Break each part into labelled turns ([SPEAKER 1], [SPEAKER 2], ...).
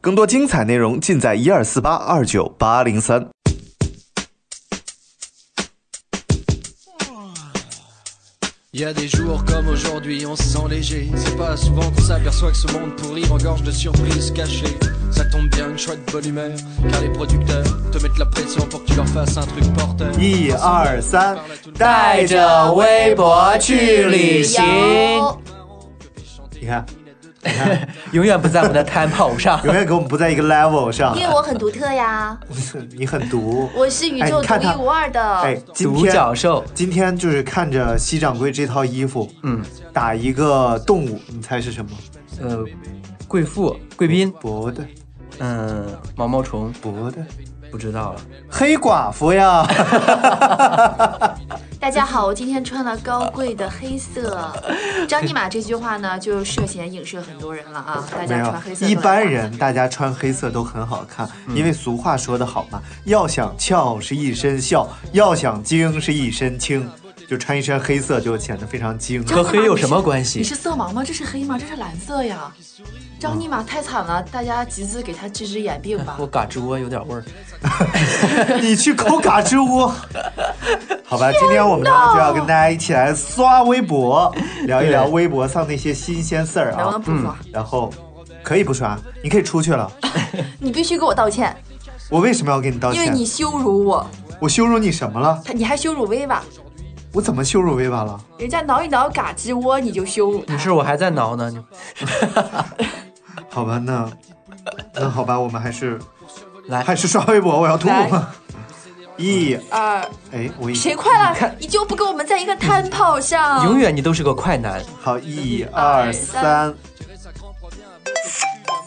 [SPEAKER 1] 更多精彩内容尽在一二四八二九八零三。
[SPEAKER 2] Il y a des jours comme aujourd'hui, on se sent léger. C'est pas souvent qu'on s'aperçoit que ce monde pourri regorge de surprises cachées. Ça tombe bien, une chouette bonne humeur, car les producteurs te mettent la pression pour que tu leur fasses un truc porteur.
[SPEAKER 1] 一二三，
[SPEAKER 3] 带着微博去旅行。
[SPEAKER 1] 你看，
[SPEAKER 3] 永远不在我们的 tempo 上。
[SPEAKER 1] 永远跟我们不在一个 level 上
[SPEAKER 4] 因。为我很独特 呀，
[SPEAKER 1] 你很毒，
[SPEAKER 4] 我是宇
[SPEAKER 1] 哎
[SPEAKER 4] 宙
[SPEAKER 1] 你
[SPEAKER 4] 独
[SPEAKER 1] 看他
[SPEAKER 4] 一无二的。
[SPEAKER 1] 哎，今
[SPEAKER 3] 独角
[SPEAKER 1] 天
[SPEAKER 3] 兽，
[SPEAKER 1] 今天就是看着西掌柜这套衣服，
[SPEAKER 3] 嗯，
[SPEAKER 1] 打一个动物，你猜是什么？
[SPEAKER 3] 呃，贵妇、贵宾，
[SPEAKER 1] 不对，
[SPEAKER 3] 嗯、毛毛虫，
[SPEAKER 1] 不对，
[SPEAKER 3] 不知道了。
[SPEAKER 1] 黑寡妇呀。
[SPEAKER 4] 大家好，我今天穿了高贵的黑色。张尼玛这句话呢，就涉嫌影射很多人了 啊！大
[SPEAKER 1] 没
[SPEAKER 4] 家穿黑色
[SPEAKER 1] 有，
[SPEAKER 4] 都啊
[SPEAKER 1] 一
[SPEAKER 4] 很
[SPEAKER 1] 般
[SPEAKER 4] 好
[SPEAKER 1] 人大家穿黑色都很好看，因为俗话说得好嘛，要想俏是一身笑，要想精是一身轻，就穿一身黑色就显得非常精。
[SPEAKER 4] 就
[SPEAKER 3] 和黑有什么关系
[SPEAKER 4] 你？是色盲吗？这是黑吗？这是蓝色呀！张尼玛太惨了，大家集资给他治治眼病 吧
[SPEAKER 1] 嗯
[SPEAKER 3] 我。嘎吱窝有点味儿。
[SPEAKER 1] 你去抠嘎吱窝。 好吧，今天我们呢就要跟大家一起来刷微博，聊一聊微博上那些新鲜事儿
[SPEAKER 4] 能不
[SPEAKER 1] 啊
[SPEAKER 4] 能。不刷？
[SPEAKER 1] 然后可以不刷，啊你可以出 去了。
[SPEAKER 4] 你必须给我道歉，
[SPEAKER 1] 我为什么要给你道
[SPEAKER 4] 因为
[SPEAKER 1] 歉？
[SPEAKER 4] 你羞辱我，
[SPEAKER 1] 我羞辱你什么了？
[SPEAKER 4] 他你还羞辱薇吧？
[SPEAKER 1] 我怎么羞辱薇娃了？
[SPEAKER 4] 人家挠一挠嘎吱窝，你就羞辱他
[SPEAKER 3] 你。是我还在挠呢，你
[SPEAKER 1] 好吧，那那好吧，我们还是
[SPEAKER 3] 来
[SPEAKER 1] 还是刷微博，我要吐
[SPEAKER 4] 来
[SPEAKER 1] 了。 一，
[SPEAKER 4] 二，
[SPEAKER 1] 哎，我已
[SPEAKER 4] 呃谁快了？你就不跟我们在
[SPEAKER 1] 嗯
[SPEAKER 4] 一个 tempo 上？
[SPEAKER 3] 永远你都是个快男。
[SPEAKER 1] 好，一二三，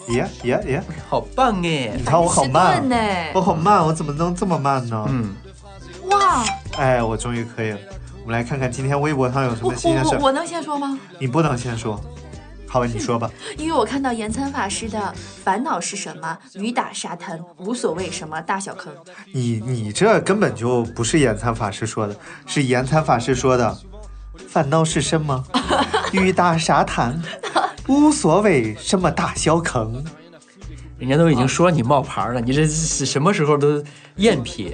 [SPEAKER 1] 耶耶耶！
[SPEAKER 3] 好棒哎
[SPEAKER 1] 你！看我好
[SPEAKER 4] 反应迟钝
[SPEAKER 1] 慢，啊哦
[SPEAKER 4] 呢
[SPEAKER 1] 我好慢，我怎么能这么慢呢？
[SPEAKER 3] 嗯，
[SPEAKER 4] 哇！
[SPEAKER 1] 哎，我终于可以了。我们来看看今天微博上有什
[SPEAKER 4] 我
[SPEAKER 1] 么新鲜事
[SPEAKER 4] 我
[SPEAKER 1] 儿。
[SPEAKER 4] 我能先说吗？
[SPEAKER 1] 你不能先说，好吧，你说 吧。
[SPEAKER 4] 因为我看到延参法师的烦恼是什么？雨打沙滩，无所谓什么大小坑。
[SPEAKER 1] 你你这根本就不是延参法师说的，是延参法师说的。反倒是什么？ 雨打沙滩，无所谓什么大小坑。
[SPEAKER 3] 人家都已经说你冒牌了，你这是什么时候都赝品，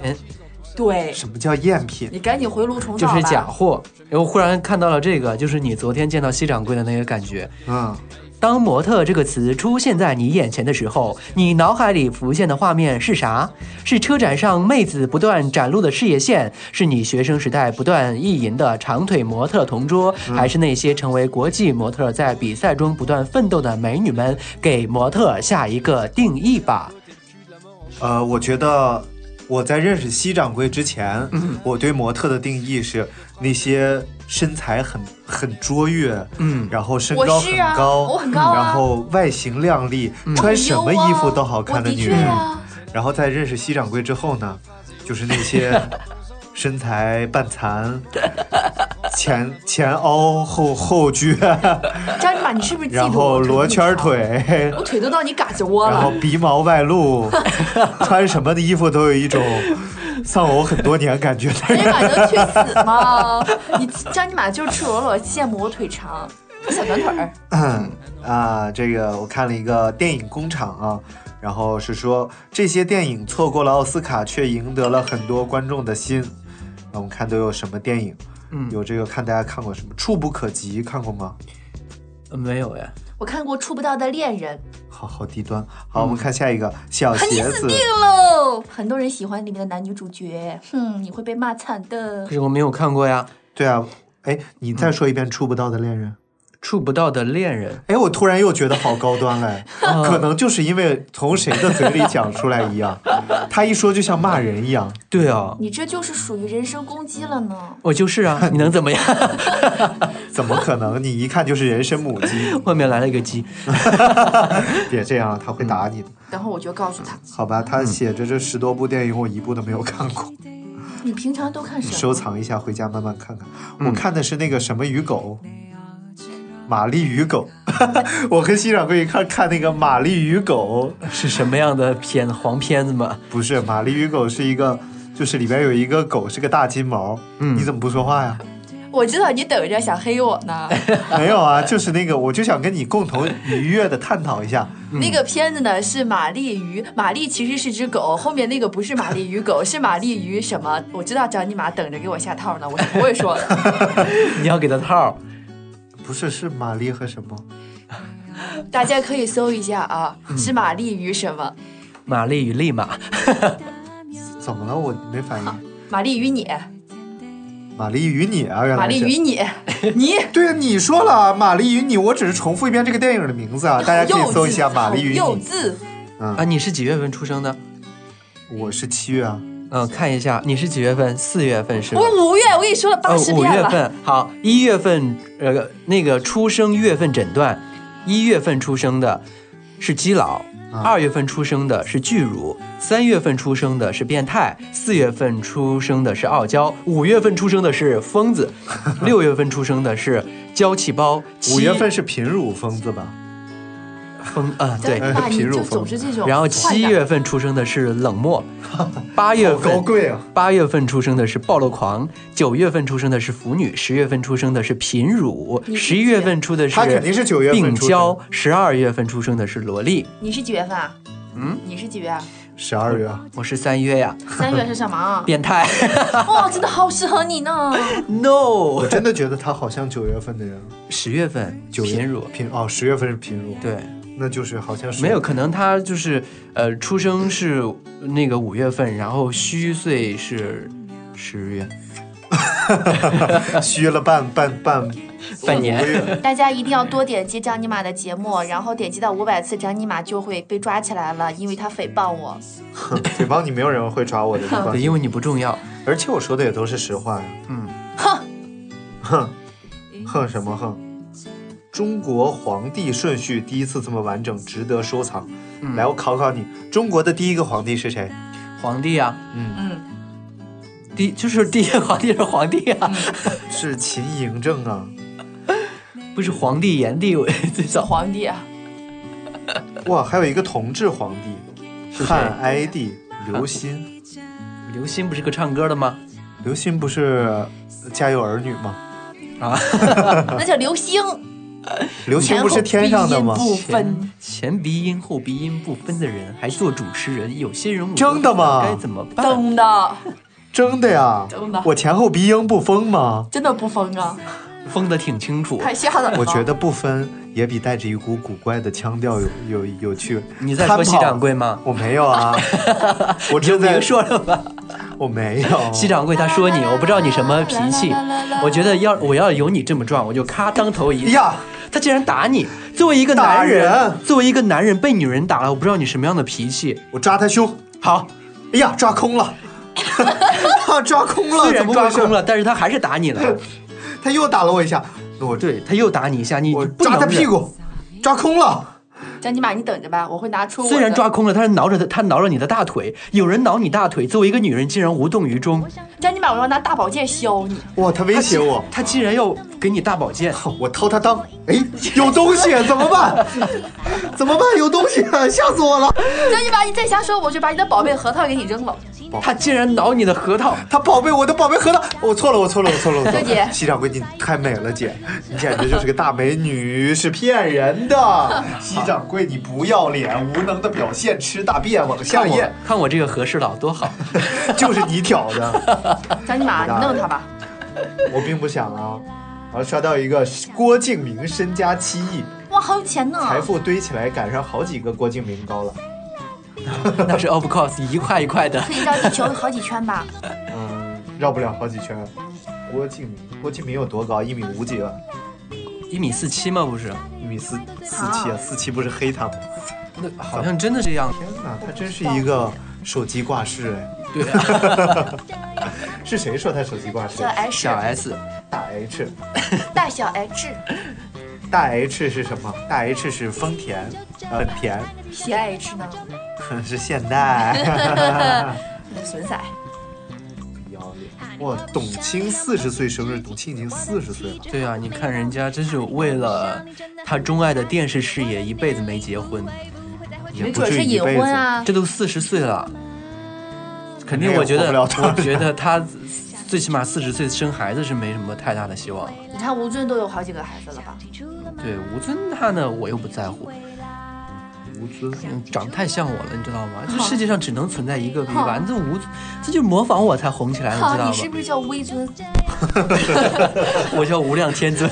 [SPEAKER 4] 对，
[SPEAKER 1] 什么叫赝品？
[SPEAKER 4] 你赶紧回炉重
[SPEAKER 3] 就
[SPEAKER 4] 造吧。
[SPEAKER 3] 是假货。哎我忽然看到了这个，就是你昨天见到西掌柜的那个感觉。
[SPEAKER 1] 嗯，
[SPEAKER 3] 当模特这个词出现在你眼前的时候，你脑海里浮现的画面是啥？是车展上妹子不断展露的事业线，是你学生时代不断意淫的长腿模特同桌，还是那些成为国际模特在比赛中不断奋斗的美女们？给模特下一个定义吧。
[SPEAKER 1] 呃，我觉得我在认识西掌柜之前，
[SPEAKER 4] 嗯
[SPEAKER 1] 我对模特的定义是那些身材很很卓越，
[SPEAKER 3] 嗯
[SPEAKER 1] 然后身
[SPEAKER 4] 我
[SPEAKER 1] 高
[SPEAKER 4] 是
[SPEAKER 1] 很
[SPEAKER 4] 啊
[SPEAKER 1] 高，嗯
[SPEAKER 4] 我很高啊
[SPEAKER 1] 然后外形靓丽，穿什么衣服都好看
[SPEAKER 4] 的
[SPEAKER 1] 的女
[SPEAKER 4] 哎我的确
[SPEAKER 1] 人。
[SPEAKER 4] 啊，
[SPEAKER 1] 然后在认识西掌柜之后呢，就是那 些身材半残、前前凹后后撅，
[SPEAKER 4] 张尼玛，你是不是 嫉妒我
[SPEAKER 1] 然后罗圈，腿，
[SPEAKER 4] 我腿都到你嘎子窝
[SPEAKER 1] 然后
[SPEAKER 4] 了。
[SPEAKER 1] 鼻毛外露，穿什么的衣服都有一种丧偶很多年感觉的
[SPEAKER 4] 张尼
[SPEAKER 1] 人。
[SPEAKER 4] 玛能去死吗？你张尼玛就是赤裸裸羡慕我腿长，小短腿儿。
[SPEAKER 1] 啊，这个我看了一个电影工厂啊，然后是说这些电影错过了奥斯卡，却赢得了很多观众的心。那我们看都有什么电影？
[SPEAKER 3] 嗯
[SPEAKER 1] 有这个看大家看过什么《触不可及》看过吗？
[SPEAKER 3] 没有呀，
[SPEAKER 4] 我看过触不到的恋人，
[SPEAKER 1] 好好低端。好，我们看下一个小鞋子。
[SPEAKER 4] 喽，很多人喜欢里面的男女主角，哼，你会被骂惨的
[SPEAKER 3] 可。是我没有看过呀。
[SPEAKER 1] 对啊，哎，你再说一遍《触不到的恋人》。
[SPEAKER 3] 触不到的恋人，
[SPEAKER 1] 哎，我突然又觉得好高端嘞，可能就是因为从谁的嘴里讲出来一样，他一说就像骂人一样。
[SPEAKER 3] 对哦，
[SPEAKER 4] 你这就是属于人身攻击了呢。
[SPEAKER 3] 我就是 啊，你能怎么样？
[SPEAKER 1] 怎么可能？你一看就是人身母鸡，
[SPEAKER 3] 外面来了一个鸡，
[SPEAKER 1] 别这样，他会打你的。
[SPEAKER 4] 等会儿我就告诉他，
[SPEAKER 1] 好吧，他写着这十多部电影，我一部都没有看过，
[SPEAKER 4] 你平常都看什
[SPEAKER 1] 收
[SPEAKER 4] 么？
[SPEAKER 1] 藏一下，回家慢慢看看。我看的是那个什么与狗，玛丽与狗。 我跟西掌柜一块儿看那个玛丽与狗，
[SPEAKER 3] 是什么样的片？黄片子吗？
[SPEAKER 1] 不是玛丽与狗是一个，就是里边有一个狗是个大金毛。
[SPEAKER 3] 嗯
[SPEAKER 1] 你怎么不说话呀？
[SPEAKER 4] 我知道你 等着想黑我呢。
[SPEAKER 1] 嗯没有啊，就是那个，我就想跟你共同愉悦的探讨一下，
[SPEAKER 4] 那个片子呢是玛丽与玛丽其实是只狗，后面那个不是玛丽 与狗，是玛丽与什么？我知道张尼玛等着给我下套呢，我是不会说的。
[SPEAKER 3] 你要给他套儿，
[SPEAKER 1] 不是是玛丽和什么？
[SPEAKER 4] 大家可以搜一下啊，
[SPEAKER 1] 嗯
[SPEAKER 4] 是玛丽与什么？
[SPEAKER 3] 玛丽与利马，
[SPEAKER 1] 怎么了？我没反应。
[SPEAKER 4] 玛丽与你，
[SPEAKER 1] 玛丽与你啊，原
[SPEAKER 4] 玛
[SPEAKER 1] 来
[SPEAKER 4] 丽
[SPEAKER 1] 是。
[SPEAKER 4] 与你，你
[SPEAKER 1] 对啊，你说了啊玛丽与你，我只是重复一遍这个电影的名字 啊，大家可以搜一下《玛丽与你
[SPEAKER 4] 幼》。稚，
[SPEAKER 3] 啊，你是几月份出生的？
[SPEAKER 1] 我是七月啊，
[SPEAKER 3] 嗯，看一下，你是几月份？四月份是吧？
[SPEAKER 4] 我五月我跟你说了八
[SPEAKER 3] 呃，
[SPEAKER 4] 十
[SPEAKER 3] 五
[SPEAKER 4] 遍
[SPEAKER 3] 月
[SPEAKER 4] 了。
[SPEAKER 3] 份好，一月份呃那个出生月份诊断，一月份出生的是基佬，
[SPEAKER 1] 啊
[SPEAKER 3] 二月份出生的是巨乳，三月份出生的是变态，四月份出生的是傲娇，五月份出生的是疯 子，六月份出生的是娇气包，七
[SPEAKER 1] 五月份是贫乳疯子吧？
[SPEAKER 3] 疯啊、
[SPEAKER 4] 对
[SPEAKER 3] 对。
[SPEAKER 4] 爸，你
[SPEAKER 1] 皮
[SPEAKER 4] 就
[SPEAKER 1] 肉
[SPEAKER 4] 总
[SPEAKER 1] 风
[SPEAKER 4] 是这种。
[SPEAKER 3] 然后七，月份出生的是 冷漠，八月份
[SPEAKER 1] 高贵啊！
[SPEAKER 3] 八月份出生的是暴露狂，九月份出生的是腐女，十月份出生的是贫乳，
[SPEAKER 4] 你
[SPEAKER 3] 十一月份出的是
[SPEAKER 1] 他肯定是九月份
[SPEAKER 3] 病
[SPEAKER 1] 出生
[SPEAKER 3] 娇，，十二月份出生的是萝莉。
[SPEAKER 4] 你是几月份啊？
[SPEAKER 3] 嗯，
[SPEAKER 4] 你是几月啊？
[SPEAKER 1] 十二月 啊。
[SPEAKER 3] 我是三月呀，
[SPEAKER 4] 三月是什么啊？
[SPEAKER 3] 变态
[SPEAKER 4] 哇，真的好适合你呢。
[SPEAKER 1] 我
[SPEAKER 3] ，no，
[SPEAKER 1] 真的觉得他好像九月份的人，
[SPEAKER 3] 十月份
[SPEAKER 1] 九月
[SPEAKER 3] 贫乳，
[SPEAKER 1] 贫哦，十月份是贫乳，
[SPEAKER 3] 对，
[SPEAKER 1] 那就是好像是
[SPEAKER 3] 没有可能他就是呃出生是那个五月份，然后虚岁是十
[SPEAKER 1] 哦
[SPEAKER 3] 月，
[SPEAKER 1] 虚了半半半
[SPEAKER 3] 半年
[SPEAKER 1] 五个月。
[SPEAKER 4] 大家一定要多点击张尼玛的节目，然后点击到五百次，张尼玛就会被抓起来了，因为他诽谤我。
[SPEAKER 1] 诽谤你没有人会抓我的，对吧
[SPEAKER 3] 对，因为你不重要，
[SPEAKER 1] 而且我说的也都是实话呀。
[SPEAKER 3] 嗯，
[SPEAKER 1] 哼，哼，哼什么哼？中国皇帝顺序第一次这么完整，值得收藏。来，我考考你，中国的第一个皇帝是谁？
[SPEAKER 3] 皇帝啊，
[SPEAKER 4] 嗯，
[SPEAKER 3] 第就是第一个皇帝是 皇帝啊，
[SPEAKER 1] 是秦嬴政啊！
[SPEAKER 3] 不是皇帝炎帝，我 最早
[SPEAKER 4] 皇帝啊，
[SPEAKER 1] 哇，还有一个同治皇帝，
[SPEAKER 3] 谁
[SPEAKER 1] 汉哀帝刘歆。
[SPEAKER 3] 刘鑫不是个唱歌的吗？
[SPEAKER 1] 刘歆不是呃《家有儿女》吗？
[SPEAKER 3] 啊，
[SPEAKER 4] 那叫流星，
[SPEAKER 1] 刘歆
[SPEAKER 4] 前
[SPEAKER 1] 不
[SPEAKER 4] 后
[SPEAKER 1] 是天上的吗
[SPEAKER 4] 鼻？音不分。
[SPEAKER 3] 前前鼻音后鼻音不分的人还做主持人，有些人我
[SPEAKER 1] 真的吗
[SPEAKER 3] 该怎么办？
[SPEAKER 4] 真的，
[SPEAKER 1] 真的呀，
[SPEAKER 4] 真的
[SPEAKER 1] 我前后鼻音不分吗？
[SPEAKER 4] 真的不疯啊，
[SPEAKER 3] 封的挺清楚。
[SPEAKER 4] 太吓 人了。
[SPEAKER 1] 我觉得不分也比带着一股古怪的腔调有有有趣。
[SPEAKER 3] 你在说西掌柜吗？
[SPEAKER 1] 我没有 啊，我
[SPEAKER 3] 你就
[SPEAKER 1] 正在
[SPEAKER 3] 别，说了
[SPEAKER 1] 哦
[SPEAKER 3] 吧。
[SPEAKER 1] 我没有。
[SPEAKER 3] 西掌柜他说你，我不知道你什么脾气。我觉得要我要有你这么壮，我就咔当头一。
[SPEAKER 1] 哎呀，
[SPEAKER 3] 他竟然打你！作为一个男
[SPEAKER 1] 打人
[SPEAKER 3] 作为一个男人被女人打了，我不知道你什么样的脾气。
[SPEAKER 1] 我抓他胸，
[SPEAKER 3] 好，
[SPEAKER 1] 哎呀，抓空 了， 抓空了，
[SPEAKER 3] 虽然
[SPEAKER 1] 怎么
[SPEAKER 3] 抓
[SPEAKER 1] 回事
[SPEAKER 3] 空，了，但是他还是打你了。
[SPEAKER 1] 他又打了我一下，那我
[SPEAKER 3] 对他又打你一下，你
[SPEAKER 1] 我
[SPEAKER 3] 不
[SPEAKER 1] 抓他
[SPEAKER 3] 能忍
[SPEAKER 1] 屁。股，抓空了，
[SPEAKER 4] 张尼玛，你等着吧，我会拿出我的。
[SPEAKER 3] 虽然抓空了，但是挠着他，他挠着你的大腿。有人挠你大腿，作为一个女人，竟然无动于衷。
[SPEAKER 4] 张尼玛，我要拿大宝剑削你。
[SPEAKER 1] 哇，他威胁我，
[SPEAKER 3] 他竟然要给你大宝剑，
[SPEAKER 1] 我掏他裆，哎，有东西怎么办？ 怎么办？有东西，啊吓死我了！
[SPEAKER 4] 张尼玛，你再瞎说，我就把你的宝贝核桃给你扔了。
[SPEAKER 3] 他竟然挠你的核桃。
[SPEAKER 1] 他宝贝，我的宝贝核桃，我错了，我错了，我错了，我错
[SPEAKER 4] 对姐
[SPEAKER 1] 了。西掌柜，你太美了，姐，你简直就是个大美女，是骗人的。西掌柜，你不要脸，无能的表现，吃大便，往下
[SPEAKER 3] 看我
[SPEAKER 1] 咽，，
[SPEAKER 3] 看我这个和事佬多好。
[SPEAKER 1] 就是你挑的。
[SPEAKER 4] 张尼玛，
[SPEAKER 1] 大
[SPEAKER 4] 你弄他吧。
[SPEAKER 1] 我并不想啊。然后刷到一个郭敬明身家七亿，
[SPEAKER 4] 哇，好有钱呢！
[SPEAKER 1] 财富堆起来赶上好几个郭敬明高了。
[SPEAKER 3] 那是 of course 一块一块的。
[SPEAKER 4] 可以绕地球好几圈吧？
[SPEAKER 1] 嗯，绕不了好几圈。郭敬明，郭敬明有多高？一米五几了？
[SPEAKER 3] 一米四七吗？不是，
[SPEAKER 1] 一米四四七啊？四七不是黑他吗？
[SPEAKER 3] 那好像真的这样。
[SPEAKER 1] 天哪，他真是一个手机挂饰哎！
[SPEAKER 3] 对啊，
[SPEAKER 1] 是谁说他手机挂饰
[SPEAKER 4] 小？H，
[SPEAKER 3] 小 S
[SPEAKER 1] 大 H，
[SPEAKER 4] 大小 H，
[SPEAKER 1] 大 H 是什么？大 H 是丰田，呃本田，
[SPEAKER 4] 喜爱 H 呢？
[SPEAKER 1] 是现 代。
[SPEAKER 4] 损色。
[SPEAKER 1] 要脸！哇，董卿四十岁生日，董卿已经四十岁了。
[SPEAKER 3] 对啊，你看人家真是为了他钟爱的电视事业，一辈子没结婚，
[SPEAKER 1] 也
[SPEAKER 4] 没
[SPEAKER 1] 不
[SPEAKER 4] 准
[SPEAKER 1] 至于
[SPEAKER 4] 是
[SPEAKER 1] 一
[SPEAKER 4] 隐
[SPEAKER 1] 辈子
[SPEAKER 4] 婚。啊。
[SPEAKER 3] 这都四十岁了，肯定
[SPEAKER 1] 也
[SPEAKER 3] 我觉
[SPEAKER 1] 活
[SPEAKER 3] 得，
[SPEAKER 1] 不了多少
[SPEAKER 3] 我觉得他最起码四十岁生孩子是没什么太大的希望。
[SPEAKER 4] 你看吴尊都有好几个孩子了吧？
[SPEAKER 3] 对吴尊他呢，我又不在乎，
[SPEAKER 1] 无尊。
[SPEAKER 3] 嗯长得太像我了，你知道吗？这世界上只能存在一个 V 吧，你这无，这就是模仿我才红起来，你知道
[SPEAKER 4] 哈，
[SPEAKER 3] 吗
[SPEAKER 4] 你？是不是叫微尊？
[SPEAKER 3] 我叫无量天尊。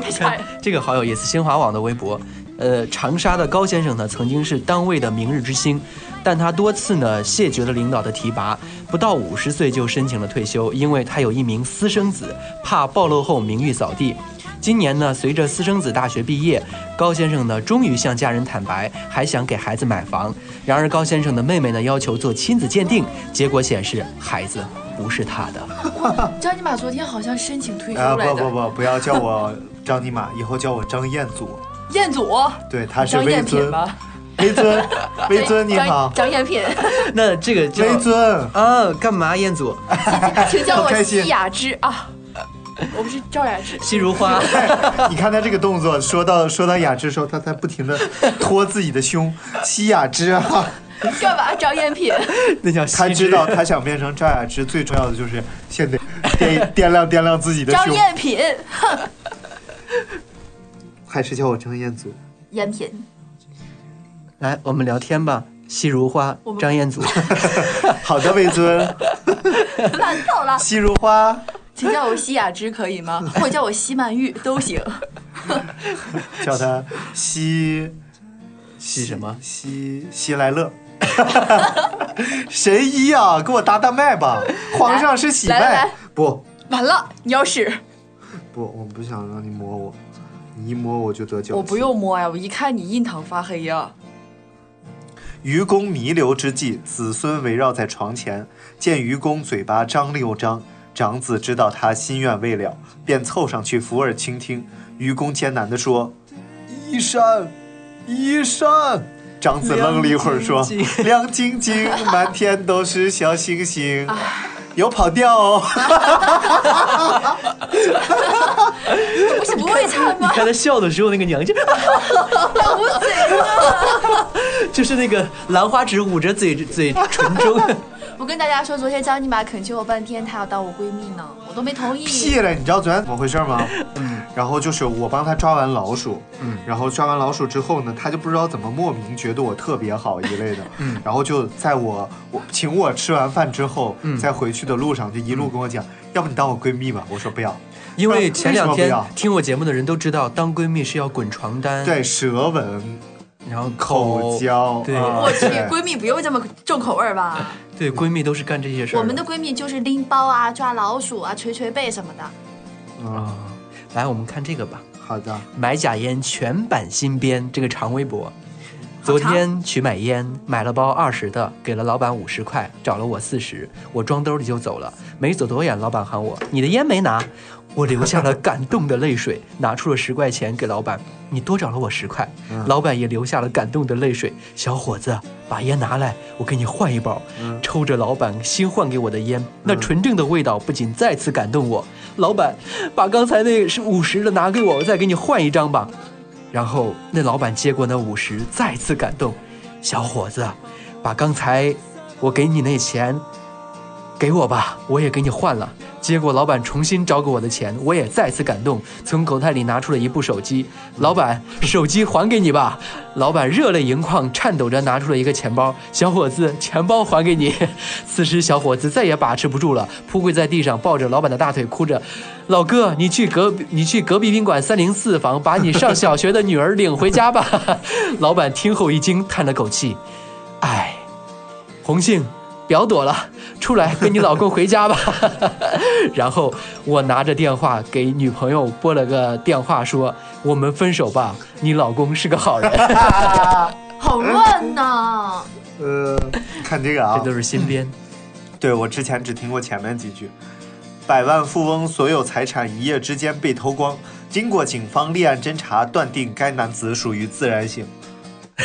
[SPEAKER 4] 太吓人了。
[SPEAKER 3] 这个好友也是新华网的微博。呃，长沙的高先生呢，曾经是单位的明日之星，但他多次呢谢绝了领导的提拔，不到五十岁就申请了退休，因为他有一名私生子，怕暴露后名誉扫地。今年呢，随着私生子大学毕业，高先生呢终于向家人坦白，还想给孩子买房。然而，高先生的妹妹呢要求做亲子鉴定，结果显示孩子不是他的。
[SPEAKER 4] 张尼玛昨天好像申请退休
[SPEAKER 1] 啊，
[SPEAKER 4] 来
[SPEAKER 1] 不不
[SPEAKER 4] 的，
[SPEAKER 1] 不，不要叫我张尼玛，以 后叫我张彦祖。
[SPEAKER 4] 彦祖，
[SPEAKER 1] 对，他是
[SPEAKER 4] 张
[SPEAKER 1] 微
[SPEAKER 4] 彦
[SPEAKER 1] 尊
[SPEAKER 4] 品，吧？
[SPEAKER 1] 微尊，微尊你好
[SPEAKER 4] 张，张彦品，
[SPEAKER 3] 那这个叫
[SPEAKER 1] 微尊，
[SPEAKER 3] 啊，干嘛彦祖？
[SPEAKER 4] 请叫
[SPEAKER 1] 好
[SPEAKER 4] 我
[SPEAKER 1] 开心
[SPEAKER 4] 西雅芝啊，我不是赵雅芝。
[SPEAKER 3] 西如花。
[SPEAKER 1] 你看他这个动作，说到说到雅芝的时候，他在不停的托自己的胸， 吸雅芝 啊。
[SPEAKER 4] 干嘛？张彦品，
[SPEAKER 3] 那叫
[SPEAKER 1] 他
[SPEAKER 3] 西
[SPEAKER 1] 知
[SPEAKER 3] 施
[SPEAKER 1] 道他想变成赵雅芝，最重要的就是先得 掂掂量掂量自己的
[SPEAKER 4] 张
[SPEAKER 1] 胸，
[SPEAKER 4] 彦品，
[SPEAKER 1] 还是叫我张彦祖。
[SPEAKER 4] 彦品，
[SPEAKER 3] 来，我们聊天吧。西如花
[SPEAKER 4] 我，们
[SPEAKER 3] 张 彦祖，
[SPEAKER 1] 好的，微尊，
[SPEAKER 4] 烂透了。
[SPEAKER 1] 西如花，
[SPEAKER 4] 请叫我西雅芝可以 吗？或者叫我西曼玉都行。
[SPEAKER 1] 叫他西
[SPEAKER 3] 西什么？
[SPEAKER 1] 西西来乐。 神医啊，给我搭搭脉吧！皇上是喜
[SPEAKER 4] 来来
[SPEAKER 1] 脉
[SPEAKER 4] 来，
[SPEAKER 1] 不
[SPEAKER 4] 完了，你要使，
[SPEAKER 1] 不，我不想让你摸我，你一摸我就得脚气。
[SPEAKER 4] 我不用摸呀，我一看你印堂发黑呀。
[SPEAKER 1] 愚公弥留之际，子孙围绕在床前，见愚公嘴巴张了又张，长子知道他心愿未了，便凑上去附耳倾听。愚公艰难地说：“一山，一山。”长子愣了一会儿说
[SPEAKER 3] 亮晶：“
[SPEAKER 1] 亮晶晶，满天都是小星星。”有跑调哦，
[SPEAKER 4] 我是不会唱
[SPEAKER 3] 你
[SPEAKER 4] 吗？
[SPEAKER 3] 看他笑的时候，那个娘 就
[SPEAKER 4] 捂嘴了。
[SPEAKER 3] 就是那个兰花指捂着嘴嘴唇中，
[SPEAKER 4] 我跟大家说，昨天张尼玛恳求我半天，她要当我闺蜜呢，我都没 同意。
[SPEAKER 1] 屁了！你知道昨天怎么回事吗？ 然后就是我帮他抓完老鼠，
[SPEAKER 3] 嗯
[SPEAKER 1] 然后抓完老鼠之后呢，他就不知道怎么莫名觉得我特别好一类的，嗯，然后就在我我请我吃完饭之后，
[SPEAKER 3] 嗯
[SPEAKER 1] 在回去的路上就一路跟我讲，要不你当我闺蜜吧？我说不要，
[SPEAKER 3] 因为前两
[SPEAKER 1] 为
[SPEAKER 3] 天
[SPEAKER 1] 什么不要
[SPEAKER 3] 听我节目的人都知道，当闺蜜是要滚床单，，
[SPEAKER 1] 对，舌吻、
[SPEAKER 3] 然后
[SPEAKER 1] 口交，
[SPEAKER 3] 对
[SPEAKER 1] 啊
[SPEAKER 4] 我去，
[SPEAKER 1] 对
[SPEAKER 4] 闺蜜不用这么重口味儿吧？
[SPEAKER 3] 对，闺蜜都是干这些事儿。
[SPEAKER 4] 我们的闺蜜 就是拎包啊、抓老鼠啊、捶捶背什么的。
[SPEAKER 1] 嗯，
[SPEAKER 3] 啊，来，我们看这个吧。
[SPEAKER 1] 好的，
[SPEAKER 3] 买假烟全版新编这个长微博。昨
[SPEAKER 4] 好长
[SPEAKER 3] 天去买烟，买了包二十的，给了老板五十块，找了我四十，我装兜里就走了。没走多远，老板喊我：“你的烟没拿。”我流下了感动的泪水， 拿出了十块钱给老板：“你多找了我十块。
[SPEAKER 1] 嗯
[SPEAKER 3] 老板也流下了感动的泪水：“小伙子，把烟拿来，我给你换一包。
[SPEAKER 1] 嗯
[SPEAKER 3] 抽着老板新换给我的烟，那纯正的味道不仅再次感动我。老板，把刚才那是五十的拿给我，我再给你换一张吧。然后那老板接过那五十，再次感动。小伙子，把刚才我给你那钱给我吧，我也给你换了。结果老板重新找给我的钱，我也再次感动，从口袋里拿出了一部手机。老板，手机还给你吧。老板热泪盈眶，颤抖着拿出了一个钱包。小伙子，钱包还给你。此时，小伙子再也把持不住了，扑跪在地上，抱着老板的大腿，哭着：“老哥，你去隔壁，你去隔壁宾馆三零四房，把你上小学的女儿领回家吧。”老板听后一惊，叹了口气：“唉，红杏，表躲了，出来跟你老公回家吧。 然后我拿着电话给女朋友拨了个电话说，我们分手吧，你老公是个 好人。
[SPEAKER 4] 好乱呐！
[SPEAKER 1] 呃，看这个啊，
[SPEAKER 3] 这都是新编，
[SPEAKER 1] 对我之前只听过前面几句。百万富翁所有财产一夜之间被偷光，经过警方立案侦查，断定该男子属于自然醒。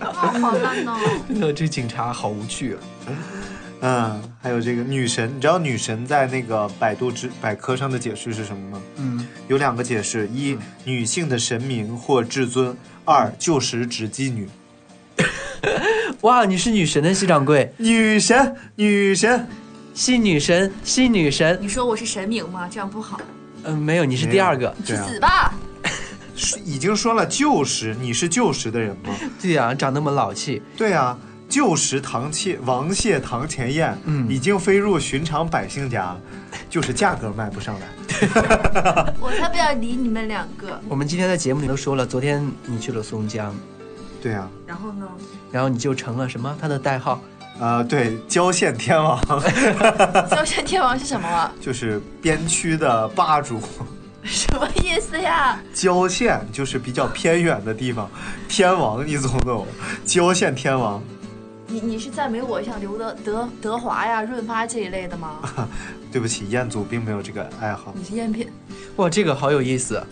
[SPEAKER 4] 好烂呐！
[SPEAKER 3] 呃，这警察好无趣啊。
[SPEAKER 1] 嗯，还有这个女神，你知道女神在那个百度之百科上的解释是什么吗？
[SPEAKER 3] 嗯，
[SPEAKER 1] 有两个解释：一，女性的神明或至尊；二，旧时直击女。
[SPEAKER 3] 哇，你是女神的西掌柜，
[SPEAKER 1] 女神，女神，
[SPEAKER 3] 西女神，西女神，呃
[SPEAKER 4] 你说我是神明吗？这样不好，
[SPEAKER 3] 嗯、没有，你是第二个。
[SPEAKER 4] 去
[SPEAKER 1] 对啊
[SPEAKER 4] 死吧！
[SPEAKER 1] 是已经说了旧时，你是旧时的人吗？
[SPEAKER 3] 对呀、长那么老气，
[SPEAKER 1] 对啊，旧时唐妾王谢堂前燕，
[SPEAKER 3] 嗯
[SPEAKER 1] 已经飞入寻常百姓家，就是价格卖不上来。
[SPEAKER 4] 我才不要理你们两个。
[SPEAKER 3] 我们今天在节目里都说了，昨天你去了松江，
[SPEAKER 1] 对啊，
[SPEAKER 4] 然后 呢？
[SPEAKER 3] 然后你就成了什么？他的代号
[SPEAKER 1] 呃，对，郊县天王
[SPEAKER 4] 萧玄天王是什么啊？
[SPEAKER 1] 就是边区的霸主，
[SPEAKER 4] 什么意思呀？
[SPEAKER 1] 郊县就是比较偏远的地方，天王你总懂，郊县天王。
[SPEAKER 4] 你你是赞美我像刘德德德华呀、润发这一类的 吗？
[SPEAKER 1] 对不起，彦祖并没有这个爱好。
[SPEAKER 4] 你是赝品。
[SPEAKER 3] 哇，这个好有意思。啊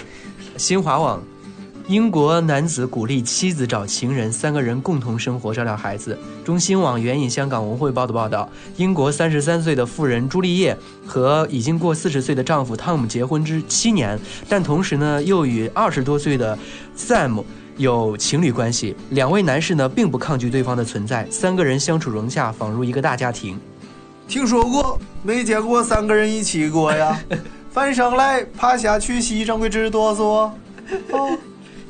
[SPEAKER 3] 新华网，英国男子鼓励妻子找情人，三个人共同生活照料孩子。中新网援引香港文汇报的报道，英国三十三岁的妇人朱丽叶和已经过四十岁的丈夫汤姆结婚之七年，但同时呢又与二十多岁的 Sam。有情侣关系，两位男士呢并不抗拒对方的存在，三个人相处融洽，仿如一个大家庭。
[SPEAKER 1] 听说过，没见过三个人一起过呀。翻上来，趴下去，西掌柜直哆嗦。哦，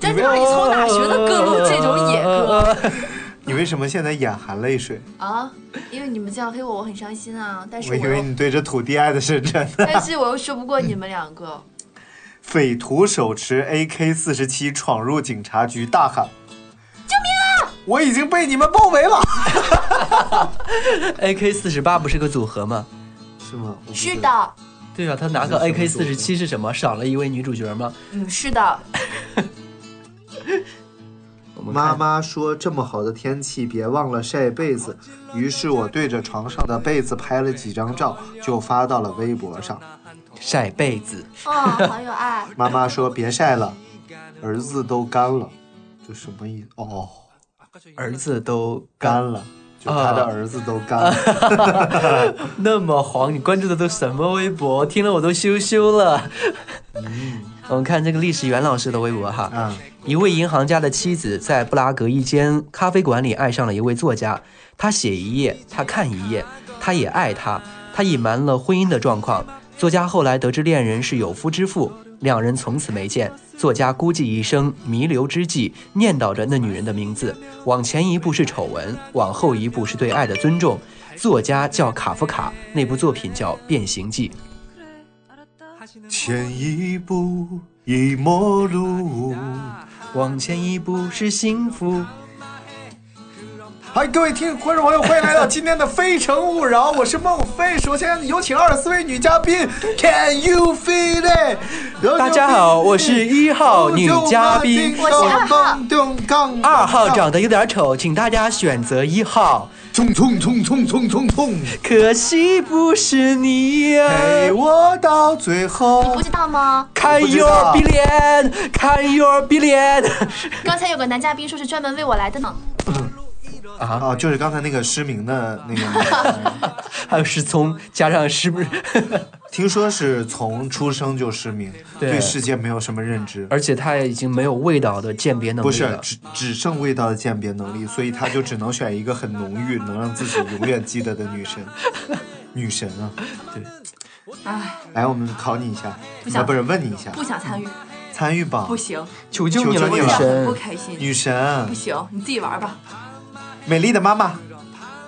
[SPEAKER 4] 真的吗？你从哪学的各路这种野歌
[SPEAKER 1] 你为什么现在眼含泪水？
[SPEAKER 4] 啊？因为你们这样黑我，我很伤心啊。但
[SPEAKER 1] 我
[SPEAKER 4] 是我
[SPEAKER 1] 以为
[SPEAKER 4] 又，
[SPEAKER 1] 你对这土地爱的深沉。
[SPEAKER 4] 但是我又说不过你们两 个。
[SPEAKER 1] 匪徒手持 AK 四十七闯入警察局，大喊：“救命啊！我已经被你们包围了。
[SPEAKER 3] ？AK 四十八不是个组合吗？”
[SPEAKER 1] 是吗？我不知
[SPEAKER 4] 是
[SPEAKER 1] 道。
[SPEAKER 4] 的，
[SPEAKER 3] 对啊，他拿个
[SPEAKER 1] 这是
[SPEAKER 3] AK
[SPEAKER 1] 什么
[SPEAKER 3] 四
[SPEAKER 1] 组
[SPEAKER 3] 十七是什么？少了一位女主角吗？
[SPEAKER 4] 嗯，是的。
[SPEAKER 3] 我们
[SPEAKER 1] 妈
[SPEAKER 3] 看
[SPEAKER 1] 妈说：“这么好的天气，别忘了晒被子。”于是我对着床上的被子拍了几张照，就发到了微博上。
[SPEAKER 3] 晒被子，
[SPEAKER 4] 啊，好有爱。
[SPEAKER 1] 妈妈说：“别晒了，儿子都干了。”这什么意思？哦，
[SPEAKER 3] 儿子都
[SPEAKER 1] 干了，就他的儿子都干了。
[SPEAKER 3] 那么黄，你关注的都什么微博？听了我都羞羞了。
[SPEAKER 1] 嗯
[SPEAKER 3] 我们看这个历史袁老师的微博哈，
[SPEAKER 1] 啊，
[SPEAKER 3] 一位银行家的妻子在布拉格一间咖啡馆里爱上了一位作家，他写一页，他看一页，他也爱他，他隐瞒了婚姻的状况。作家后来得知恋人是有夫之妇，两人从此没见。作家孤寂一生，弥留之际念叨着那女人的名字。往前一步是丑闻，往后一步是对爱的尊重。作家叫卡夫卡，那部作品叫《变形记》。
[SPEAKER 1] 前一步已陌路。
[SPEAKER 3] 往前一步是幸福，
[SPEAKER 1] 嗨，各位听观众朋友，欢迎来到今天的《非诚勿扰》，我是孟非。首先有请二十四位女嘉宾，Can you feel it？
[SPEAKER 3] 大家好我是一号女嘉宾
[SPEAKER 4] 我是二号
[SPEAKER 1] 号
[SPEAKER 3] 二号长得有点丑，请大家选择一号。
[SPEAKER 1] 冲冲冲冲冲冲冲，
[SPEAKER 3] 可惜不是你呀、
[SPEAKER 1] 陪我到最
[SPEAKER 4] 你
[SPEAKER 1] 后
[SPEAKER 4] 不。知道吗？
[SPEAKER 3] 看
[SPEAKER 1] 我不知
[SPEAKER 3] your
[SPEAKER 1] 道
[SPEAKER 3] b i l l i n 看 your b i l l i n
[SPEAKER 4] 刚才有个男嘉宾说是专门为我来的呢。
[SPEAKER 1] 啊，就是刚才那个失明的那 个，
[SPEAKER 3] 还有失聪，加上是不是？
[SPEAKER 1] 听说是从出生就失明，
[SPEAKER 3] 对
[SPEAKER 1] 对世界没有什么认知，
[SPEAKER 3] 而且他已经没有味道的鉴别能
[SPEAKER 1] 不
[SPEAKER 3] 力
[SPEAKER 1] 是
[SPEAKER 3] 了。
[SPEAKER 1] 只只剩味道的鉴别能力，所以他就只能选一个很浓郁、能让自己永远记得的女神，女神啊！
[SPEAKER 4] 唉，
[SPEAKER 1] 来，我们考你一下，
[SPEAKER 4] 不想
[SPEAKER 1] 啊，不是问你一下，
[SPEAKER 4] 不想参与，
[SPEAKER 1] 参与吧
[SPEAKER 4] 不，行，
[SPEAKER 3] 求求你
[SPEAKER 1] 求
[SPEAKER 3] 了，
[SPEAKER 1] 求你
[SPEAKER 3] 女
[SPEAKER 4] 我
[SPEAKER 1] 了
[SPEAKER 4] 很不
[SPEAKER 3] 神！
[SPEAKER 4] 开心。
[SPEAKER 1] 女神
[SPEAKER 4] 不，行，你自己玩吧，
[SPEAKER 1] 美丽的妈妈，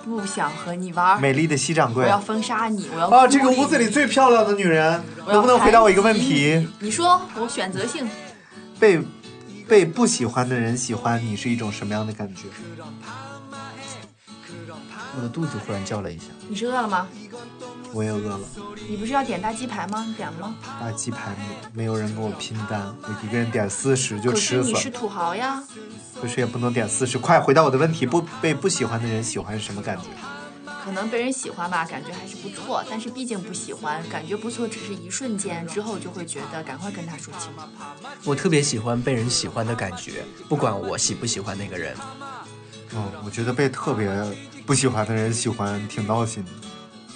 [SPEAKER 4] 不想和你玩。
[SPEAKER 1] 美丽的西掌
[SPEAKER 4] 我
[SPEAKER 1] 柜
[SPEAKER 4] 要封杀你，我要
[SPEAKER 1] 啊！
[SPEAKER 4] 孤立
[SPEAKER 1] 这个屋子里
[SPEAKER 4] 你
[SPEAKER 1] 最漂亮的女人，
[SPEAKER 4] 我要
[SPEAKER 1] 能不能回答我一个问
[SPEAKER 4] 排
[SPEAKER 1] 题
[SPEAKER 4] 挤？你？你说，我选择性
[SPEAKER 1] 被被不喜欢的人喜欢你是一种什么样的感觉？
[SPEAKER 3] 我的肚子忽然叫了一下，
[SPEAKER 4] 你是饿了吗？
[SPEAKER 1] 我也饿了，
[SPEAKER 4] 你不是要点大鸡排吗？你点了吗？
[SPEAKER 1] 大鸡排没有人跟我拼单，我一个人点四十就
[SPEAKER 4] 可是
[SPEAKER 1] 吃
[SPEAKER 4] 你
[SPEAKER 1] 死
[SPEAKER 4] 是
[SPEAKER 1] 了，
[SPEAKER 4] 土豪呀，
[SPEAKER 1] 可是也不能点四十。快回答我的问题，不被不喜欢的人喜欢是什么感觉？
[SPEAKER 4] 可能被人喜欢吧，感觉还是不错，但是毕竟不喜欢，感觉不错只是一瞬间，之后就会觉得赶快跟他说清。
[SPEAKER 3] 我特别喜欢被人喜欢的感觉，不管我喜不喜欢那个人。
[SPEAKER 1] 嗯，我觉得被特别不喜欢的人喜欢挺闹心的。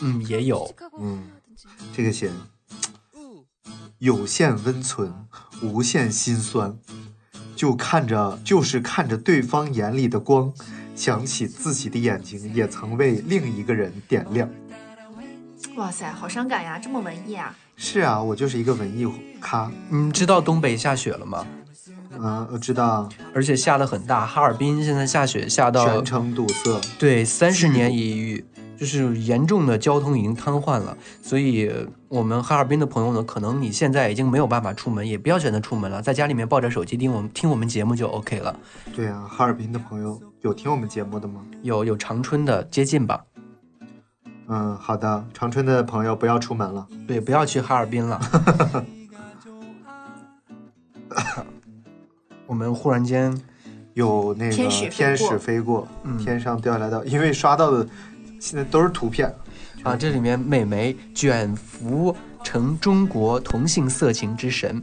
[SPEAKER 3] 嗯，也有
[SPEAKER 1] 嗯，这个写有限温存，无限心酸，就看着就是看着对方眼里的光，想起自己的眼睛也曾为另一个人点亮。
[SPEAKER 4] 哇塞，好伤感呀，这么文艺啊！
[SPEAKER 3] 嗯
[SPEAKER 1] 是啊，我就是一个文艺咖。
[SPEAKER 3] 你知道东北下雪了吗？
[SPEAKER 1] 嗯，我知道，
[SPEAKER 3] 而且下的很大。哈尔滨现在下雪下到
[SPEAKER 1] 全程堵塞。
[SPEAKER 3] 对三十年一遇，就是严重的交通已经瘫痪了。所以我们哈尔滨的朋友呢，可能你现在已经没有办法出门，也不要选择出门了，在家里面抱着手机听我们听我们节目就 OK 了。
[SPEAKER 1] 对啊，哈尔滨的朋友有听我们节目的吗？
[SPEAKER 3] 有有长春的接近吧，
[SPEAKER 1] 嗯，好的，长春的朋友不要出门了。
[SPEAKER 3] 对，不要去哈尔滨了。 我们忽然间
[SPEAKER 1] 有那个
[SPEAKER 4] 天
[SPEAKER 1] 天
[SPEAKER 4] 使飞过
[SPEAKER 1] 使飞过，天上掉下来的，因为刷到的现在都是图片，
[SPEAKER 3] 啊，这里面美眉卷福成中国同性色情之神。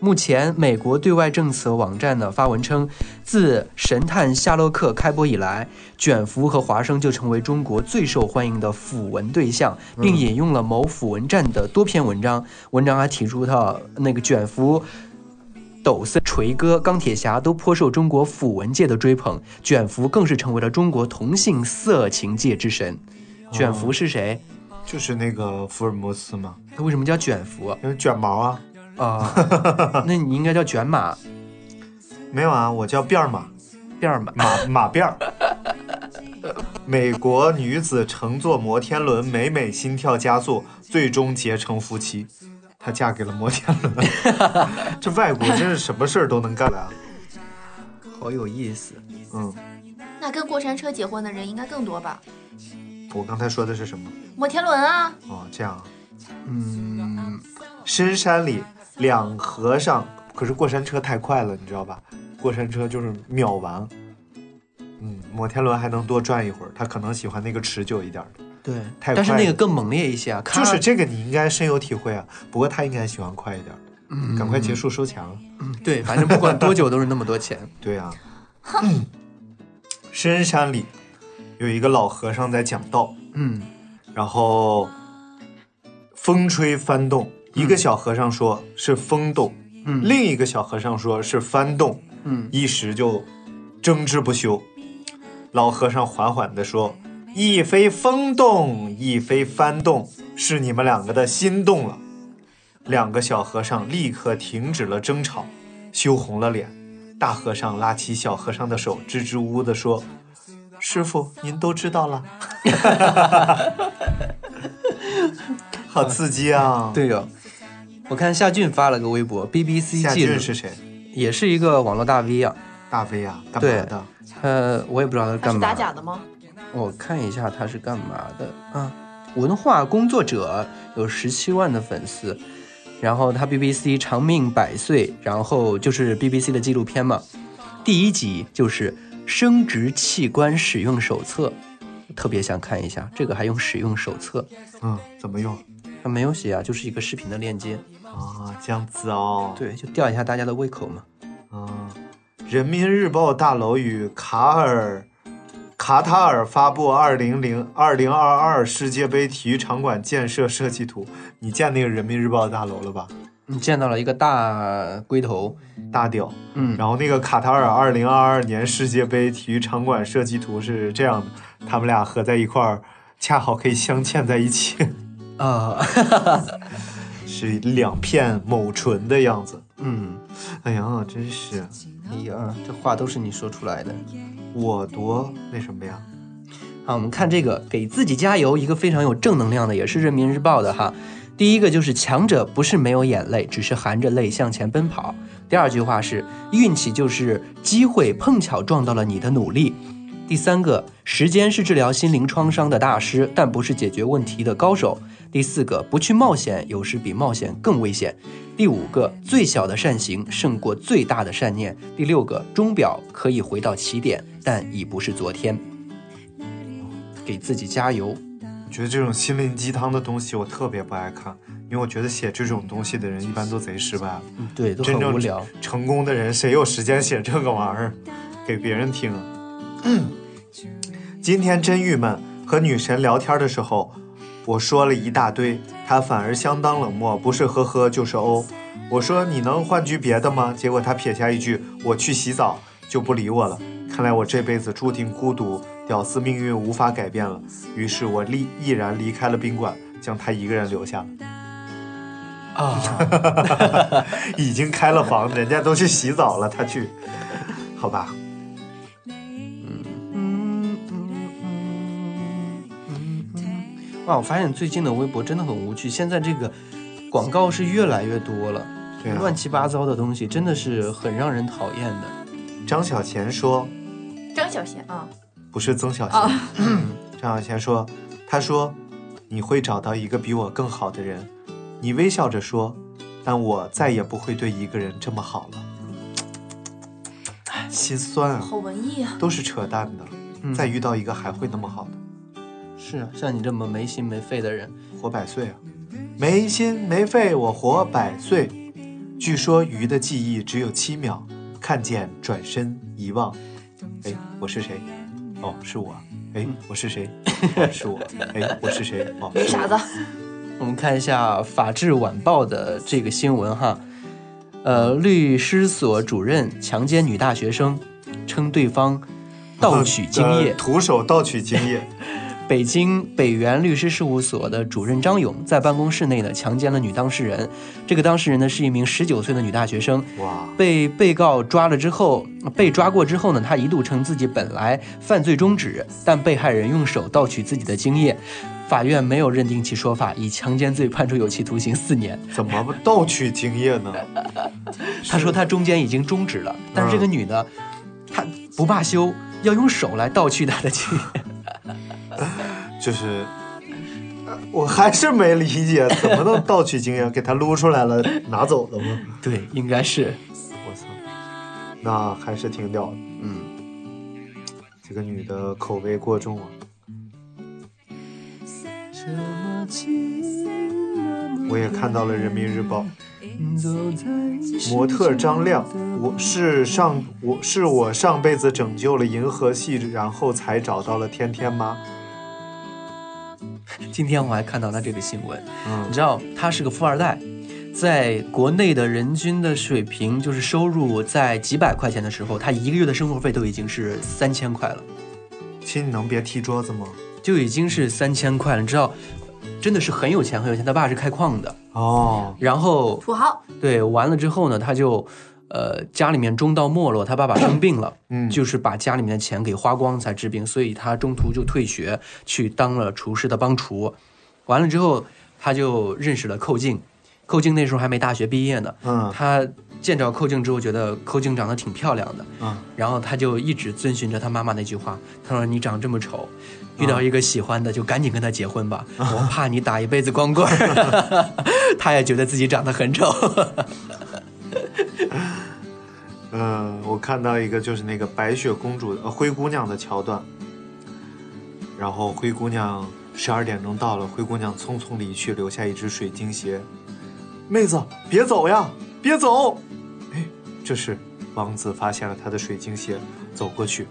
[SPEAKER 3] 目前，美国对外政策网站呢发文称，自《神探夏洛克》开播以来，卷福和华生就成为中国最受欢迎的腐文对象，并引用了某腐文站的多篇文章。文章还提出到，那个卷福、抖森、锤哥、钢铁侠都颇受中国腐文界的追捧，卷福更是成为了中国同性色情界之神。卷福是谁？
[SPEAKER 1] 就是那个福尔摩斯嘛，
[SPEAKER 3] 它为什么叫卷福啊、
[SPEAKER 1] 因为卷毛啊，
[SPEAKER 3] 那你应该叫卷马、
[SPEAKER 1] 没有啊，我叫辫儿马，
[SPEAKER 3] 辫儿马。
[SPEAKER 1] 马马辫儿。美国女子乘坐摩天轮，每每心跳加速，最终结成夫妻。她嫁给了摩天轮， 这外国真是什么事儿都能干啊！
[SPEAKER 3] 好有意思。
[SPEAKER 1] 嗯，
[SPEAKER 5] 那跟过山车结婚的人应该更多吧？
[SPEAKER 1] 我刚才说的是什么？
[SPEAKER 5] 摩天轮啊，
[SPEAKER 1] 哦，这样啊，
[SPEAKER 3] 嗯，
[SPEAKER 1] 深山里两和尚，可是过山车太快了，你知道吧？过山车就是秒完。嗯，摩天轮还能多转一会儿，他可能喜欢那个持久一点的。
[SPEAKER 3] 对，
[SPEAKER 1] 太快了
[SPEAKER 3] 但是那个更猛烈一些啊。咔
[SPEAKER 1] 就是这个你应该深有体会啊。不过他应该喜欢快一点的。赶快结束收钱了。
[SPEAKER 3] 嗯对，反正不管多久都是那么多钱。
[SPEAKER 1] 对啊，深山里有一个老和尚在讲道，
[SPEAKER 3] 嗯，
[SPEAKER 1] 然后风吹幡动，一个小和尚说是风动，
[SPEAKER 3] 嗯
[SPEAKER 1] 另一个小和尚说是幡动，
[SPEAKER 3] 嗯，
[SPEAKER 1] 一时就争执不休。老和尚缓缓地说：“一非风动，一非幡动，是你们两个的心动了。”两个小和尚立刻停止了争吵，羞红了脸。大和尚拉起小和尚的手，支支吾吾地说：“师傅，您都知道了。” 好刺激啊！，
[SPEAKER 3] 对哟、我看夏俊发了个微博，BBC
[SPEAKER 1] 夏
[SPEAKER 3] 记
[SPEAKER 1] 俊
[SPEAKER 3] 录
[SPEAKER 1] 是谁？
[SPEAKER 3] 也是一个网络大 V 啊。
[SPEAKER 1] 大 V 啊，干
[SPEAKER 3] 对
[SPEAKER 1] 嘛的？
[SPEAKER 3] 呃，我也不知道他
[SPEAKER 4] 他
[SPEAKER 3] 干
[SPEAKER 4] 是
[SPEAKER 3] 嘛。
[SPEAKER 4] 打假的吗？
[SPEAKER 3] 我看一下他是干嘛的啊？文化工作者有十七万的粉丝，然后他 BBC 长命百岁，然后就是 BBC 的纪录片嘛，第一集就是生殖器官使用手册，特别想看一下，这个还用使用手册？
[SPEAKER 1] 嗯，怎么用？
[SPEAKER 3] 它没有写啊，就是一个视频的链接，
[SPEAKER 1] 啊，这样子哦。
[SPEAKER 3] 对，就吊一下大家的胃口嘛。
[SPEAKER 1] 啊，人民日报大楼与卡尔卡塔尔发布二零零二零二二世界杯体育场馆建设设计图。你见那个人民日报大楼了吧？
[SPEAKER 3] 你见到了一个大龟头，
[SPEAKER 1] 大屌。
[SPEAKER 3] 嗯，
[SPEAKER 1] 然后那个卡塔尔二零二二年世界杯体育场馆设计图是这样的，他们俩合在一块儿，恰好可以镶嵌在一起，
[SPEAKER 3] 啊、
[SPEAKER 1] 是两片某唇的样子。
[SPEAKER 3] 嗯，
[SPEAKER 1] 哎呀，真是
[SPEAKER 3] 哎呀，这话都是你说出来的。
[SPEAKER 1] 我多那什么呀？
[SPEAKER 3] 啊好，我们看这个，给自己加油，一个非常有正能量的，也是人民日报的哈。第一个就是强者不是没有眼泪，只是含着泪向前奔跑。第二句话是运气就是机会碰巧撞到了你的努力。第三个，时间是治疗心灵创伤的大师，但不是解决问题的高手。第四个，不去冒险，有时比冒险更危险。第五个，最小的善行胜过最大的善念。第六个，钟表可以回到起点，但已不是昨天。给自己加油。
[SPEAKER 1] 我觉得这种心灵鸡汤的东西我特别不爱看，因为我觉得写这种东西的人一般都贼失败了。
[SPEAKER 3] 嗯，对，都
[SPEAKER 1] 真
[SPEAKER 3] 很
[SPEAKER 1] 正
[SPEAKER 3] 无聊。
[SPEAKER 1] 成功的人，谁有时间写这个玩意儿给别人听啊？ 今天真郁闷，和女神聊天的时候，我说了一大堆，她反而相当冷漠，不是呵呵就是哦。我说你能换句别的吗？结果她撇下一句我去洗澡，就不理我了。看来我这辈子注定孤独，屌丝命运无法改变了。于是我立毅然离开了宾馆，将她一个人留下了。
[SPEAKER 3] 啊，
[SPEAKER 1] 已经开了房，人家都去洗澡了，他去，好吧？
[SPEAKER 3] 哇！我发现最近的微博真的很无趣，现在这个广告是越来越多了，
[SPEAKER 1] 对啊
[SPEAKER 3] 乱。七八糟的东西真的是很让人讨厌的。
[SPEAKER 1] 张小娴说，
[SPEAKER 4] 张小娴啊，
[SPEAKER 1] 不是曾小贤。 张小娴说，他说你会找到一个比我更好的人，你微笑着说，但我再也不会对一个人这么好了。唉心酸啊，
[SPEAKER 4] 好文艺啊！
[SPEAKER 1] 都是扯淡的。
[SPEAKER 3] 嗯
[SPEAKER 1] 再遇到一个还会那么好的，
[SPEAKER 3] 是啊，像你这么没心没肺的人，
[SPEAKER 1] 活百岁啊！没心没肺，我活百岁。据说鱼的记忆只有七秒，看见转身遗忘。哎，我是谁？哦，是我。哎，我是谁？哦是我。哎，我是谁？哦，是
[SPEAKER 4] 傻
[SPEAKER 1] 我。
[SPEAKER 4] 子，
[SPEAKER 3] 我们看一下《法制晚报》的这个新闻哈，呃，律师所主任强奸女大学生，称对方盗 取精
[SPEAKER 1] 呃
[SPEAKER 3] 液。
[SPEAKER 1] 徒手盗取精液。
[SPEAKER 3] 北京北原律师事务所的主任张勇在办公室内呢强奸了女当事人，这个当事人呢是一名十九岁的女大学生。
[SPEAKER 1] 哇，
[SPEAKER 3] 被被告抓了之后，被抓过之后呢，他一度称自己本来犯罪中止，但被害人用手盗取自己的精液，法院没有认定其说法，以强奸罪判处有期徒刑四年。
[SPEAKER 1] 怎么不盗取精液呢？
[SPEAKER 3] 他说他中间已经终止了，但是这个女的，她不罢休，要用手来盗取他的精液。
[SPEAKER 1] 就是，呃我还是没理解，怎么能盗取精液？给他撸出来了，拿走了吗？
[SPEAKER 3] 对，应该 是，
[SPEAKER 1] 我操，那还是挺屌的。
[SPEAKER 3] 嗯，
[SPEAKER 1] 这个女的口味过重啊，我也看到了《人民日报》，模特张亮，我是上我是我上辈子拯救了银河系，然后才找到了天天吗？
[SPEAKER 3] 今天我还看到他这个新闻，你
[SPEAKER 1] 嗯
[SPEAKER 3] 知道他是个富二代，在国内的人均的水平就是收入在几百块钱的时候，他一个月的生活费都已经是三千块了，
[SPEAKER 1] 亲，你能别踢桌子吗？
[SPEAKER 3] 就已经是三千块了。你知道，真的是很有钱很有钱。他爸是开矿的，
[SPEAKER 1] 哦，
[SPEAKER 3] 然后
[SPEAKER 4] 土豪
[SPEAKER 3] 对，完了之后呢，他就，呃，家里面中到没落，他爸爸生病了，
[SPEAKER 1] 嗯
[SPEAKER 3] 就是把家里面的钱给花光才治病，所以他中途就退学去当了厨师的帮厨，完了之后他就认识了寇静，寇静那时候还没大学毕业呢，
[SPEAKER 1] 嗯
[SPEAKER 3] 他见着寇静之后觉得寇静长得挺漂亮的，
[SPEAKER 1] 嗯，
[SPEAKER 3] 然后他就一直遵循着他妈妈那句话，他说你长这么丑。遇到一个喜欢的就赶紧跟他结婚吧，我怕你打一辈子光棍儿。 他也觉得自己长得很丑。
[SPEAKER 1] 嗯，我看到一个就是那个白雪公主呃灰姑娘的桥段，然后灰姑娘十二点钟到了，灰姑娘匆匆离去，留下一只水晶鞋。妹子，别走呀，别走！哎，这时王子发现了她的水晶鞋，走过去，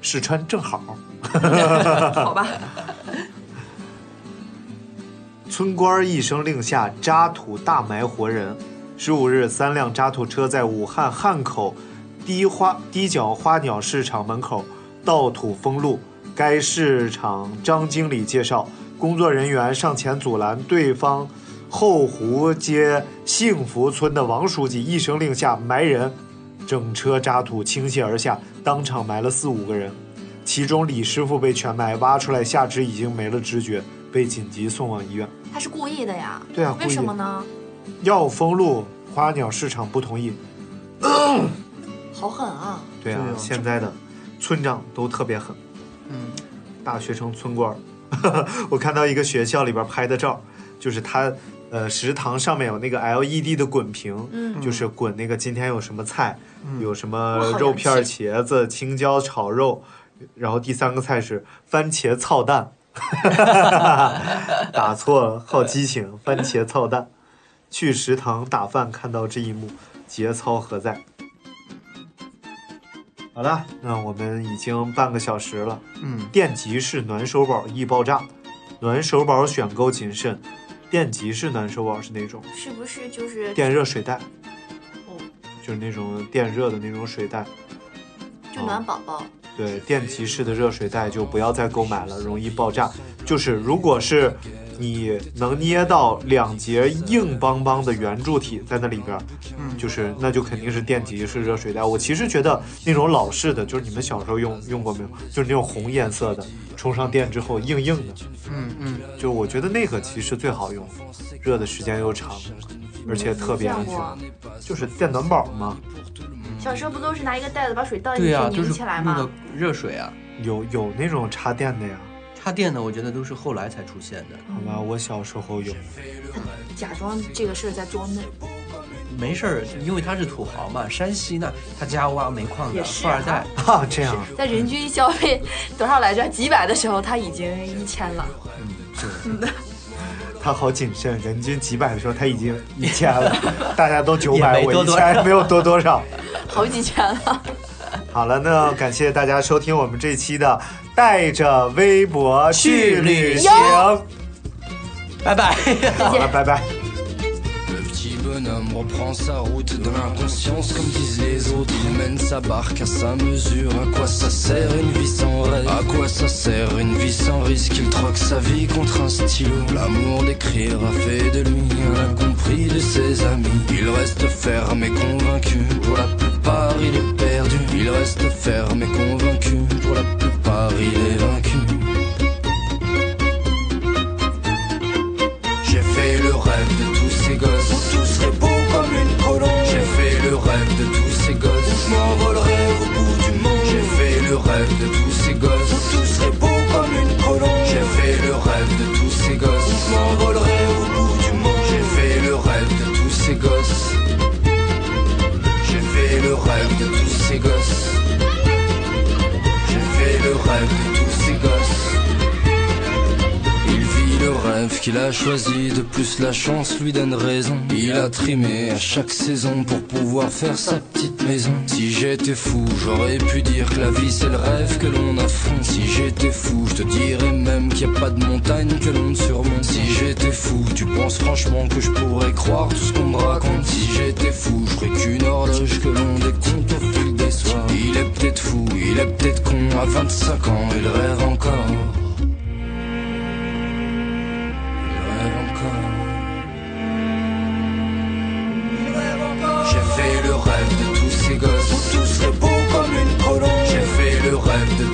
[SPEAKER 1] 试穿正好。
[SPEAKER 4] 好吧，
[SPEAKER 1] 村官儿一声令下，渣土大埋活人。十五日，三辆渣土车在武汉汉口低花低角花鸟市场门口盗土封路。该市场张经理介绍，工作人员上前阻拦对方后湖街幸福村的王书记一声令下埋人，整车渣土倾泻而下，当场埋了四五个人。其中李师傅被全埋，挖出来下肢已经没了知觉，被紧急送往医院。
[SPEAKER 5] 他是故意的呀？
[SPEAKER 1] 对啊，
[SPEAKER 5] 为什么？呢？
[SPEAKER 1] 要封路，花鸟市场不同意。
[SPEAKER 5] 好狠啊！
[SPEAKER 1] 对啊，
[SPEAKER 3] 对啊
[SPEAKER 1] 现在的村长都特别狠，
[SPEAKER 3] 嗯，
[SPEAKER 1] 大学生村官儿。 我看到一个学校里边拍的照，就是他，呃，食堂上面有那个 LED 的滚屏，
[SPEAKER 5] 嗯
[SPEAKER 1] 就是滚那个今天有什么菜，有什
[SPEAKER 4] 哇嗯好
[SPEAKER 1] 么
[SPEAKER 4] 洋
[SPEAKER 1] 肉片儿、
[SPEAKER 4] 气
[SPEAKER 1] 茄子、青椒炒肉，然后第三个菜是番茄操蛋， 打错了，好激情，番茄操蛋。去食堂打饭看到这一幕，节操何在？好了，那我们已经半个小时了。
[SPEAKER 3] 嗯，
[SPEAKER 1] 电极式暖手宝易爆炸，暖手宝选购谨慎。电极式暖手宝是哪种？
[SPEAKER 5] 是不是就是
[SPEAKER 1] 电热水袋，
[SPEAKER 5] 哦
[SPEAKER 1] 就是那种电热的那种水袋。哦
[SPEAKER 5] 就暖宝宝？
[SPEAKER 1] 对对，电极式的热水袋就不要再购买了，容易爆炸。就是如果是你能捏到两节硬邦邦的圆柱体在那里边儿，就是那就肯定是电极式热水袋。我其实觉得那种老式的，就是你们小时候用用过没有？就是那种红颜色的，充上电之后硬硬的，
[SPEAKER 3] 嗯嗯，
[SPEAKER 1] 就我觉得那个其实最好用，热的时间又长，而
[SPEAKER 4] 嗯
[SPEAKER 1] 且特别安全
[SPEAKER 5] 见，
[SPEAKER 1] 就是电暖宝嘛。
[SPEAKER 5] 小时候不都是拿一个袋子把水倒进
[SPEAKER 3] 对
[SPEAKER 5] 去、
[SPEAKER 1] 啊
[SPEAKER 3] 呀、就
[SPEAKER 5] 拧
[SPEAKER 3] 是
[SPEAKER 5] 起来
[SPEAKER 3] 那个
[SPEAKER 5] 吗？
[SPEAKER 3] 热水啊，
[SPEAKER 1] 有有那种插电的呀，
[SPEAKER 3] 插电的我觉得都是后来才出现的。
[SPEAKER 1] 好吧，我小时候 有，
[SPEAKER 4] 假装这个事儿在装 嫩，
[SPEAKER 3] 没事儿，因为他是土豪嘛，山西那他家挖煤矿的
[SPEAKER 4] 也是
[SPEAKER 3] 富
[SPEAKER 4] 啊
[SPEAKER 3] 二代，
[SPEAKER 1] 啊，这样
[SPEAKER 4] 在人均消费多少来着？几百的时候，他已经一千了。
[SPEAKER 1] 他好谨慎，人均几百的时候他已经一千 了，大家都九百，
[SPEAKER 3] 也没
[SPEAKER 1] 我
[SPEAKER 3] 多
[SPEAKER 1] 一
[SPEAKER 3] 多少
[SPEAKER 1] 千没有多多少。
[SPEAKER 4] 好几千了，
[SPEAKER 1] 好了，那感谢大家收听我们这期的带着微博去 旅行，
[SPEAKER 3] 拜拜。
[SPEAKER 1] 好了，拜拜。
[SPEAKER 2] Le petit bonhomme reprend sa route dans l'inconscience comme disent les autres. Il mène sa barque à sa mesure. À quoi ça sert une vie sans rêve À quoi ça sert une vie sans risque Il troque sa vie contre un stylo. L'amour d'écrire a fait de lui un incompris de ses amis. Il reste ferme et convaincu. Pour la plupart, il est perdu. Il reste ferme et convaincu. Pour la plupart, il est vaincu. J'ai fait le rêve de tous ces gosses. On tousserait beau comme une colombe. J'ai fait le rêve de tous ces gosses. Je m'envolerai au bout du monde. J'ai fait le rêve de tous ces gosses. On tousserait beau comme une colombe. J'ai fait le rêve de tous ces gosses. Je m'envolerai au bout du monde. J'ai fait le rêve de tous ces gosses. J'ai fait le rêve de tous ces gosses. J'ai fait le rêve de tous ces gosses. Il vit le rêve qu'il a choisi, de plus la chance lui donne raison. Il a trimé à chaque saison pour pouvoir faire sa petite maison. Si j'étais fou, j'aurais pu dire que la vie c'est le rêve que l'on affronte. Si j'étais fou, je te dirais même qu'il n'y a pas de montagne que l'on ne surmonte. Si j'étais fou, tu penses franchement que je pourrais croire tout ce qu'on me raconte. Si j'étais fou, je ferais qu'une horloge que l'on décompte au fil des soirs. Il est peut-être fou, il est peut-être con, à 25 ans, il rêve encore. J'ai fait le rêve de tous ces gosses. On tous beaux comme une colombe. J'ai fait le rêve de